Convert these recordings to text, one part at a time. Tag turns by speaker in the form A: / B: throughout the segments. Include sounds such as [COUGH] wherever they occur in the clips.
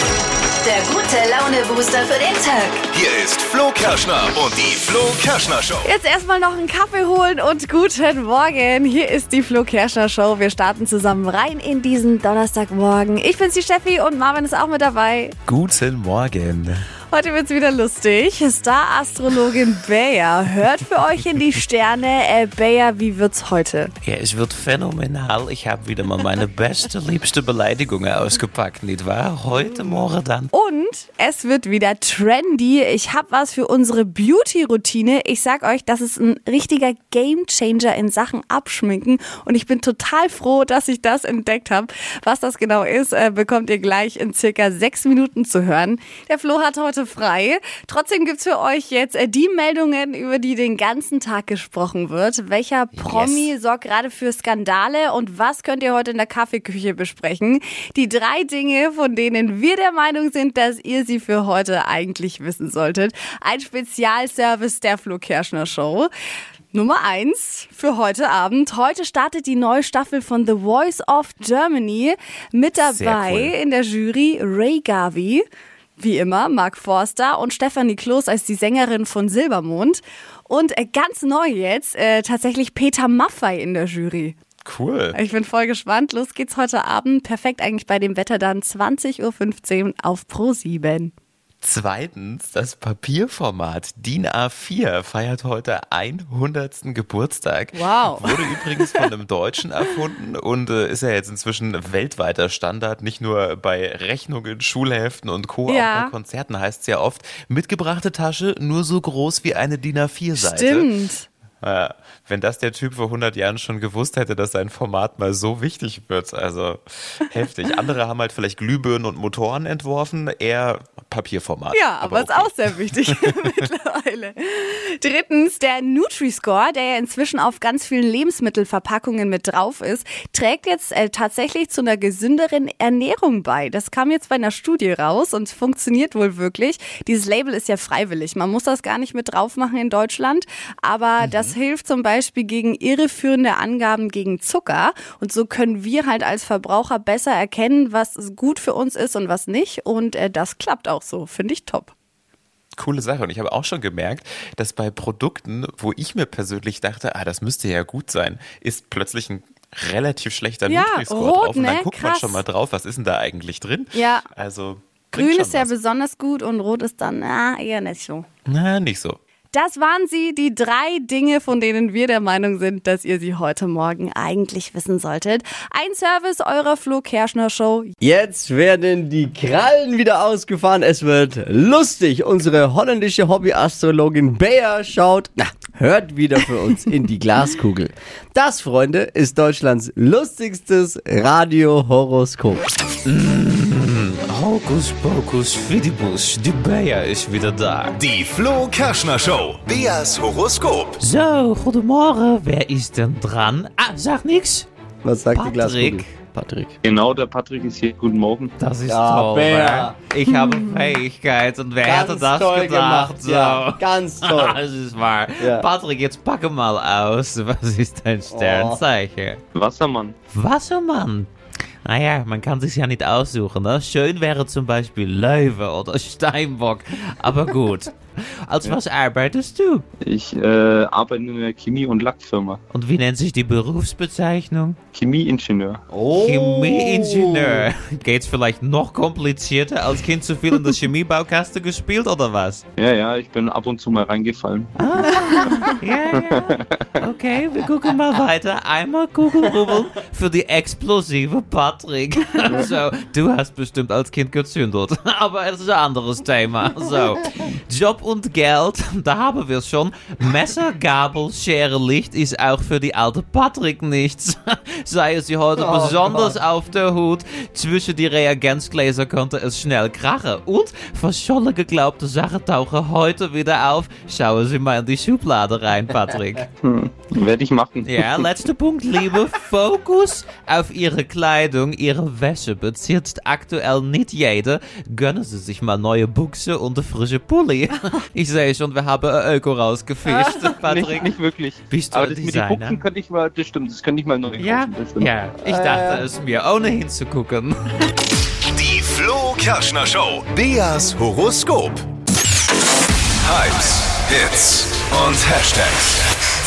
A: Der gute Laune-Booster für den Tag.
B: Hier ist Flo Kerschner und die Flo Kerschner Show.
C: Jetzt erstmal noch einen Kaffee holen und guten Morgen. Hier ist die Flo Kerschner Show. Wir starten zusammen rein in diesen Donnerstagmorgen. Ich bin's die Steffi und Marvin ist auch mit dabei.
D: Guten Morgen.
C: Heute wird's wieder lustig. Star-Astrologin Bayer hört für euch in die Sterne. Äh, Bayer, wie wird's heute?
D: Ja, es wird phänomenal. Ich habe wieder mal
E: [LAUGHS]
D: meine beste, liebste Beleidigung ausgepackt, nicht wahr? Heute Morgen dann.
C: Und es wird wieder trendy. Ich habe was für unsere Beauty-Routine. Ich sag euch, das ist ein richtiger Game-Changer in Sachen Abschminken. Und ich bin total froh, dass ich das entdeckt habe. Was das genau ist, äh, bekommt ihr gleich in circa sechs Minuten zu hören. Der Flo hat heute frei. Trotzdem gibt's für euch jetzt äh, die Meldungen, über die den ganzen Tag gesprochen wird. Welcher Promi sorgt gerade für Skandale und was könnt ihr heute in der Kaffeeküche besprechen? Die drei Dinge, von denen wir der Meinung sind, dass ihr sie für heute eigentlich wissen solltet. Ein Spezialservice der Flo Kerschner Show. Nummer eins für heute Abend. Heute startet die neue Staffel von The Voice of Germany. Mit
D: Sehr
C: dabei
D: cool.
C: in der Jury Ray Gavi, wie immer, Mark Forster und Stefanie Kloß als die Sängerin von Silbermond. Und äh, ganz neu jetzt äh, tatsächlich Peter Maffei in der Jury.
D: Cool.
C: Ich bin voll gespannt. Los geht's heute Abend. Perfekt eigentlich bei dem Wetter dann 20.15 Uhr auf Pro 7.
D: Zweitens, das Papierformat DIN A4 feiert heute 100. Geburtstag.
C: Wow.
D: Wurde übrigens von einem Deutschen erfunden und äh, ist ja jetzt inzwischen weltweiter Standard. Nicht nur bei Rechnungen, Schulheften und Co. Auch
C: Ja.
D: bei Konzerten heißt es ja oft, mitgebrachte Tasche nur so groß wie eine DIN A4-Seite.
C: Stimmt.
D: Ja, wenn das der Typ vor 100 Jahren schon gewusst hätte, dass sein Format mal so wichtig wird, also heftig. Andere haben halt vielleicht Glühbirnen und Motoren entworfen, eher Papierformat.
C: Ja, aber, ist auch sehr wichtig [LAUGHS] mittlerweile. Drittens, der Nutri-Score, der ja inzwischen auf ganz vielen Lebensmittelverpackungen mit drauf ist, trägt jetzt äh, tatsächlich zu einer gesünderen Ernährung bei. Das kam jetzt bei einer Studie raus und funktioniert wohl wirklich. Dieses Label ist ja freiwillig. Man muss das gar nicht mit drauf machen in Deutschland, aber das hilft zum Beispiel gegen irreführende Angaben gegen Zucker. Und so können wir halt als Verbraucher besser erkennen, was gut für uns ist und was nicht. Und äh, das klappt auch so. Finde ich top.
D: Coole Sache. Und ich habe auch schon gemerkt, dass bei Produkten, wo ich mir persönlich dachte, ah, das müsste ja gut sein, ist plötzlich ein relativ schlechter
C: Ja,
D: Nutri-Score
C: rot,
D: drauf. Und dann
C: ne?
D: guckt man
C: Krass.
D: schon mal drauf, was ist denn da eigentlich drin?
C: Ja.
D: Also. bringt
C: Grün
D: schon
C: ist ja
D: was.
C: besonders gut und rot ist dann na, eher nicht so.
D: Na, nicht so.
C: Das waren sie, die drei Dinge, von denen wir der Meinung sind, dass ihr sie heute Morgen eigentlich wissen solltet. Ein Service eurer Flo Kerschner Show.
E: Jetzt werden die Krallen wieder ausgefahren. Es wird lustig. Unsere holländische Hobbyastrologin Bea schaut, na, hört wieder für uns
D: [LAUGHS]
E: in die Glaskugel. Das, Freunde, ist Deutschlands lustigstes Radiohoroskop.
D: Hokus pokus fidibus, die Bayer ist wieder da.
B: Die Flo Kerschner Show. Beas Horoskop.
F: Zo, goedemorgen. Wer is denn dran? Ah, sag niks.
E: Was sagt die
F: Patrick.
E: Glaskugel? Patrick.
G: Genau, der Patrick ist hier. Guten Morgen.
F: Das ist
E: Ja,
F: toll.
E: Bär.
F: hè? Ik heb een fähigkeit en wer hätte das gedacht? Zo.
E: Ja, ganz
F: [LAUGHS]
E: toll.
D: [LAUGHS]
F: das ist wahr.
E: Ja.
F: Patrick, jetzt packe mal [LAUGHS] aus. Was ist dein
E: Oh.
F: Sternzeichen?
G: Wassermann.
F: Wassermann. Naja, man kann sich Nou ja nicht aussuchen. Ne? Schön wäre zum Beispiel Löwe oder Steinbock.
E: [LAUGHS]
F: Aber gut. Als was arbeitest du?
G: Ich äh, arbeite in einer Chemie- und Lackfirma.
F: Und wie nennt sich die Berufsbezeichnung?
G: Chemieingenieur.
F: Chemieingenieur. [LAUGHS] Geht's vielleicht noch komplizierter? Als Kind zu viel in der Chemiebaukaste gespielt oder was?
G: Ja, ja, ich bin ab und zu mal reingefallen.
F: Ja, ja. [LAUGHS] Okay, wir gucken mal weiter. Einmal Kugelrubbeln für die explosive Patrick. So, du hast bestimmt als Kind gezündelt. [LAUGHS] Aber es ist ein anderes Thema. So, Job und Geld, [LAUGHS] da haben wir schon. Messer, Gabel, Schere, Licht ist auch für die alte Patrick [LAUGHS] nichts. Sei es sie heute besonders auf der Hut. Zwischen die Reagenzgläser konnte es schnell krachen. Und verschollen geglaubte Sachen tauchen heute wieder auf. Schauen Sie mal in die Schublade rein, Patrick.
G: Werde ich machen.
F: Ja, letzter Punkt, Liebe. Fokus auf ihre Kleidung, ihre Wäsche besitzt aktuell nicht jeder. Gönnen Sie sich mal neue Buchse und eine frische Pulli. Ich sehe schon, wir haben ein Öko rausgefischt,
G: Nicht,
F: Patrick.
G: nicht wirklich.
F: Bist du
G: Aber
F: ein
G: das mit den
F: Designer?
G: Buchsen könnte ich mal, das stimmt, das könnte ich mal neu
F: Ja, Äh.
G: kaufen, das stimmt.
F: ja, ich dachte es mir, ohne hinzugucken.
B: Die Flo Kerschner Show. Beas Horoskop. Hypes, Hits und Hashtags.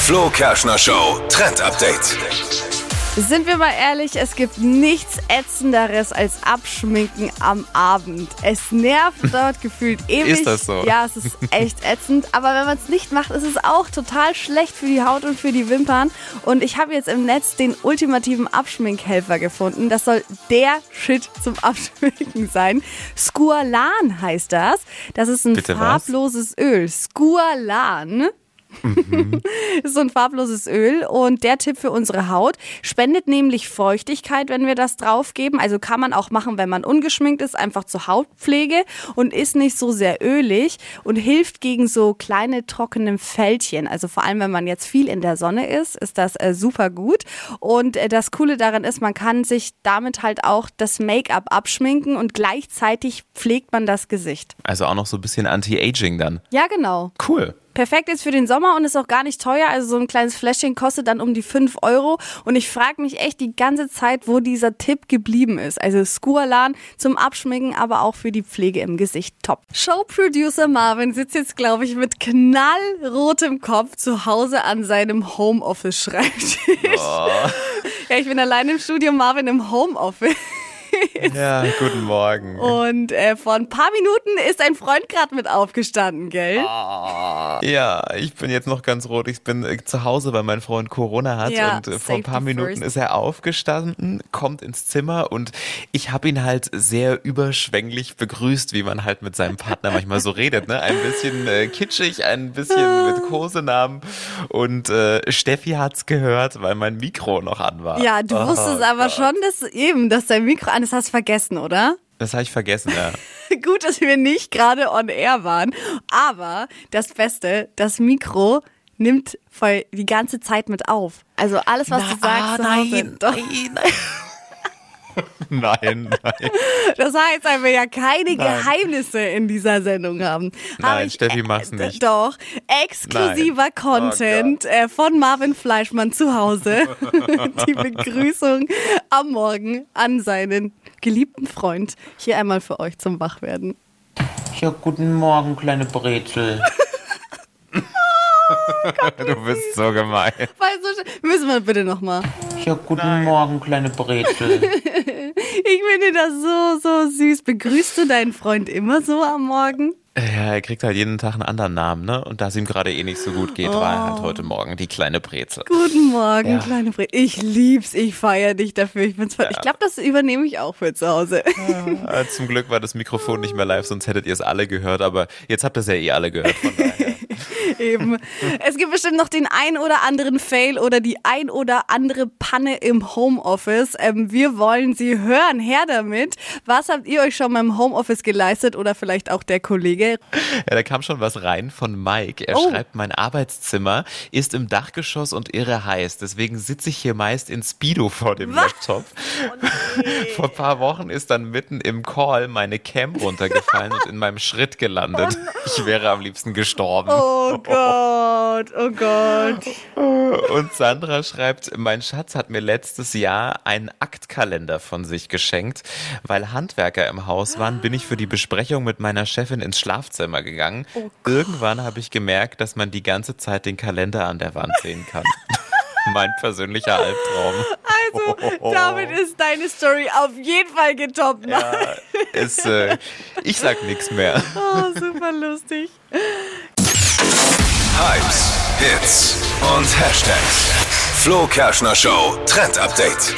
B: Flo Kerschner Show Trend Update.
C: Sind wir mal ehrlich, es gibt nichts ätzenderes als Abschminken am Abend. Es
D: [LAUGHS]
C: nervt dort gefühlt ewig.
D: Ist das so?
C: Ja, es ist echt ätzend. Aber wenn man es nicht macht, ist es auch total schlecht für die Haut und für die Wimpern. Und ich habe jetzt im Netz den ultimativen Abschminkhelfer gefunden. Das soll der Shit zum Abschminken sein. Squalan heißt das. Das ist ein
D: Bitte was?
C: farbloses Öl. Squalan. Das ist so ein farbloses Öl und der Tipp für unsere Haut spendet nämlich Feuchtigkeit, wenn wir das draufgeben. Also kann man auch machen, wenn man ungeschminkt ist, einfach zur Hautpflege und ist nicht so sehr ölig und hilft gegen so kleine trockene Fältchen. Also vor allem, wenn man jetzt viel in der Sonne ist, ist das äh, super gut. Und äh, das Coole daran ist, man kann sich damit halt auch das Make-up abschminken und gleichzeitig pflegt man das Gesicht.
D: Also auch noch so ein bisschen Anti-Aging dann.
C: Ja, genau.
D: Cool.
C: Perfekt ist für den Sommer und ist auch gar nicht teuer. Also so ein kleines Fläschchen kostet dann um die 5 Euro. Und ich frage mich echt die ganze Zeit, wo dieser Tipp geblieben ist. Also Skualan zum Abschminken, aber auch für die Pflege im Gesicht. Top. Showproducer Marvin sitzt jetzt, glaube ich, mit knallrotem Kopf zu Hause an seinem Homeoffice-Schreibtisch. Ja, ich bin allein im Studio, Marvin im Homeoffice.
D: Ja, guten Morgen.
C: Und äh, vor ein paar Minuten ist ein Freund gerade mit aufgestanden, gell?
D: Ja, ich bin jetzt noch ganz rot. Ich bin äh, zu Hause, weil mein Freund Corona hat
C: Ja,
D: und äh, vor ein paar
C: safety
D: Minuten
C: first.
D: ist er aufgestanden, kommt ins Zimmer und ich habe ihn halt sehr überschwänglich begrüßt, wie man halt mit seinem Partner manchmal so redet. Ne? Ein bisschen äh, kitschig, ein
C: Ah.
D: bisschen mit Kosenamen und äh, Steffi hat's gehört, weil mein Mikro noch an war.
C: Ja, du
D: Oh,
C: wusstest aber schon, dass eben, dass dein Mikro an ist, hast vergessen, oder? [LAUGHS]
D: Das habe ich vergessen, ja.
C: Gut, dass wir nicht gerade on air waren. Aber das Beste, das Mikro nimmt voll die ganze Zeit mit auf. Also alles, was du sagst, zu Hause, doch,
D: nein, nein.
C: das heißt, weil wir ja keine Geheimnisse in dieser Sendung haben.
D: Nein,
C: Habe
D: Steffi, mach's
C: äh,
D: nicht.
C: Doch, exklusiver
D: Nein. Oh
C: Content äh, von Marvin Fleischmann zu
D: [LAUGHS]
C: Hause. die Begrüßung am Morgen an seinen geliebten Freund. Hier einmal für euch zum Wachwerden.
H: Ja, guten Morgen, kleine Brezel.
D: Du bist so gemein.
C: Weil so sch- müssen wir bitte nochmal.
H: Ja, guten Morgen, kleine Brezel.
C: Ich finde das so, so süß. Begrüßt du deinen Freund immer so am Morgen?
D: Ja, er kriegt halt jeden Tag einen anderen Namen, ne? Und da es ihm gerade eh nicht so gut geht, war er halt
C: Oh.
D: heute Morgen die kleine Brezel.
C: Guten Morgen,
D: Ja.
C: kleine Bre Ich lieb's, ich feier dich dafür. Ich, bin's voll- ich glaube, das übernehme ich auch für zu Hause.
D: Äh, Zum Glück war das Mikrofon nicht mehr live, sonst hättet ihr es alle gehört, aber jetzt habt ihr es ja eh
C: [LAUGHS]
D: alle gehört. Von daher.
C: Eben. Es gibt bestimmt noch den ein oder anderen Fail oder die ein oder andere Panne im Homeoffice. Ähm, wir wollen sie hören. Her damit. Was habt ihr euch schon mal im Homeoffice geleistet oder vielleicht auch der Kollege?
D: Ja, da kam schon was rein von Mike. Er
C: Oh.
D: schreibt, mein Arbeitszimmer ist im Dachgeschoss und irre heiß. Deswegen sitze ich hier meist in Speedo vor dem Laptop.
C: Oh,
D: [LAUGHS] Vor ein paar Wochen ist dann mitten im Call meine Cam runtergefallen und in meinem Schritt gelandet. Ich wäre am liebsten gestorben.
C: Oh Gott, oh Gott.
D: Und Sandra schreibt, mein Schatz hat mir letztes Jahr einen Aktkalender von sich geschenkt. Weil Handwerker im Haus waren, bin ich für die Besprechung mit meiner Chefin ins Schlafzimmer gegangen.
C: Oh
D: Irgendwann habe ich gemerkt, dass man die ganze Zeit den Kalender an der Wand sehen kann. [LAUGHS] mein persönlicher Albtraum.
C: Also, damit ist deine Story auf jeden Fall getoppt. Ja.
D: Ist, äh, ich sag nichts mehr.
C: [LAUGHS] Oh, super lustig.
B: Hypes, Hits und Hashtags. Flo Kerschner Show Trend Update.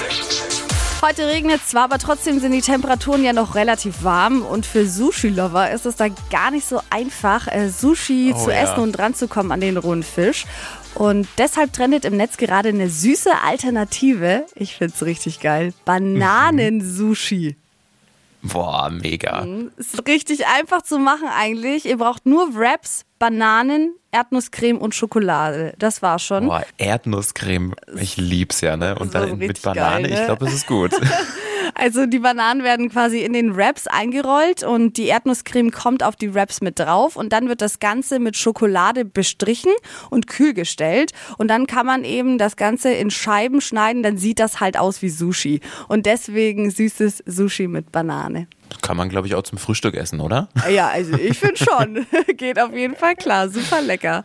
C: Heute regnet zwar, aber trotzdem sind die Temperaturen ja noch relativ warm und für Sushi-Lover ist es da gar nicht so einfach, äh, Sushi
D: Oh
C: zu
D: ja.
C: essen und dran zu kommen an den rohen Fisch. Und deshalb trendet im Netz gerade eine süße Alternative. Ich find's richtig geil. Bananen-Sushi.
D: Mhm. Boah, mega.
C: Ist richtig einfach zu machen eigentlich. Ihr braucht nur Wraps, Bananen, Erdnusscreme und Schokolade. Das war's schon.
D: Boah, Erdnusscreme. Ich lieb's ja, ne? Und
C: So
D: dann mit
C: richtig geil,
D: Banane.
C: ne? [LAUGHS]
D: Ich glaube, es ist gut.
C: Also die Bananen werden quasi in den Wraps eingerollt und die Erdnusscreme kommt auf die Wraps mit drauf und dann wird das Ganze mit Schokolade bestrichen und kühl gestellt und dann kann man eben das Ganze in Scheiben schneiden, dann sieht das halt aus wie Sushi und deswegen süßes Sushi mit Banane.
D: Kann man, glaube ich, auch zum Frühstück essen, oder?
C: Ja, also ich finde schon, [LAUGHS] geht auf jeden Fall klar, super lecker.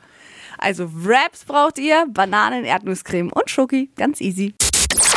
C: Also Wraps braucht ihr, Bananen, Erdnusscreme und Schoki, ganz easy.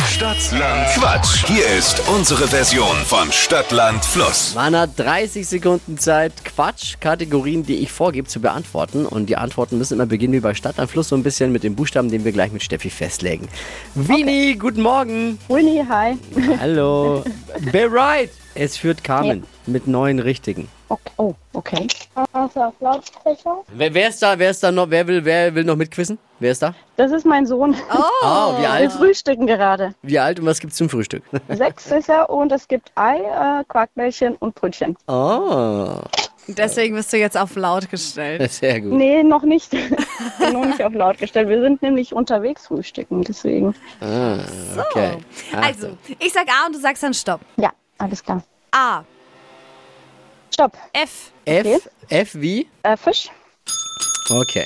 B: Stadtland Quatsch. Hier ist unsere Version von Stadtland Fluss.
E: Man hat 30 Sekunden Zeit, Quatsch-Kategorien, die ich vorgebe, zu beantworten. Und die Antworten müssen immer beginnen wie bei Stadt am Fluss, so ein bisschen mit dem Buchstaben, den wir gleich mit Steffi festlegen. Vini, guten Morgen.
I: Winnie, hi.
E: Hallo. Bereit. Es führt Carmen mit neun Richtigen.
I: Okay. Oh, okay. Also auf Lautsprecher.
E: Wer, wer ist da? Wer ist da noch? Wer will, wer will noch mitquissen? Wer ist da?
I: Das ist mein Sohn.
E: Oh, wie
I: Wir
E: alt?
I: frühstücken gerade.
E: Wie alt und was gibt's zum Frühstück?
I: Sechs ist er und es gibt Ei, äh, Quarkbällchen und Brötchen.
E: Oh,
C: Deswegen bist du jetzt auf laut gestellt.
E: sehr gut.
I: Nee, noch nicht. Ich bin noch nicht auf laut gestellt. Wir sind nämlich unterwegs frühstücken, deswegen.
E: Okay.
C: Also, ich sag A und du sagst dann Stopp.
I: Ja, alles klar.
C: A,
I: Stopp.
C: F,
E: F, F wie?
I: Äh, Fisch?
E: Okay.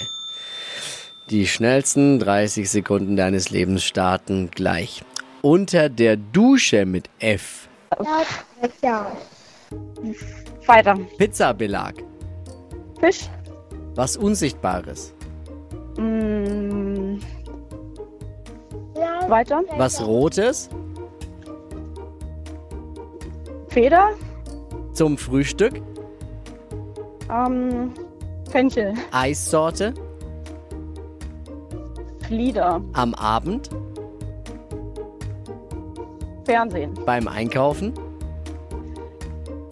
E: Die schnellsten 30 Sekunden deines Lebens starten gleich. Unter der Dusche mit F.
I: Weiter.
E: Pizzabelag.
I: Fisch?
E: Was Unsichtbares.
I: Mm. Weiter.
E: Was Rotes.
I: Feder?
E: Zum Frühstück.
I: Ähm, Fenchel.
E: Eissorte.
I: Flieder.
E: Am Abend.
I: Fernsehen.
E: Beim Einkaufen.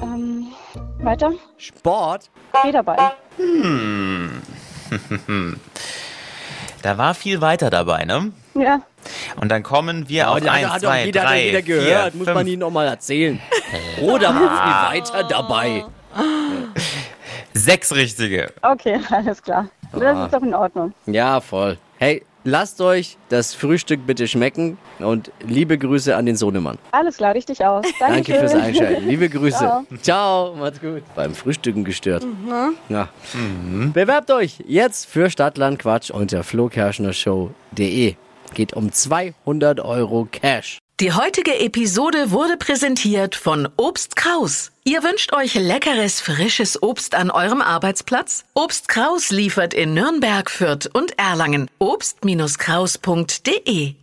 I: Ähm, weiter.
E: Sport.
I: Federball.
D: Da war viel weiter dabei, ne?
I: Ja.
D: Und dann kommen wir auf
E: hat,
D: eins,
E: hat
D: zwei,
E: auch jeder, hat
D: drei,
E: ja jeder
D: vier,
E: gehört. Muss
D: fünf.
E: man ihn nochmal
D: [LAUGHS]
E: erzählen. Oder rufen die weiter dabei.
D: Sechs richtige.
I: Okay, [LAUGHS] alles klar.
E: Ah.
I: Das ist doch in Ordnung.
E: Ja, voll. Hey, lasst euch das Frühstück bitte schmecken. Und liebe Grüße an den Sohnemann.
I: Alles klar, richtig aus.
E: Danke
I: Dankeschön.
E: fürs Einschalten. Liebe Grüße. Ciao.
I: Ciao. Mhm.
E: macht's gut. Mhm. Beim Frühstücken gestört. Ja. Bewerbt euch jetzt für Stadtlandquatsch unter flokerschnershow.de. Geht um 200 Euro Cash.
J: Die heutige Episode wurde präsentiert von Obst Kraus. Ihr wünscht euch leckeres, frisches Obst an eurem Arbeitsplatz? Obst Kraus liefert in Nürnberg, Fürth und Erlangen. Obst-Kraus.de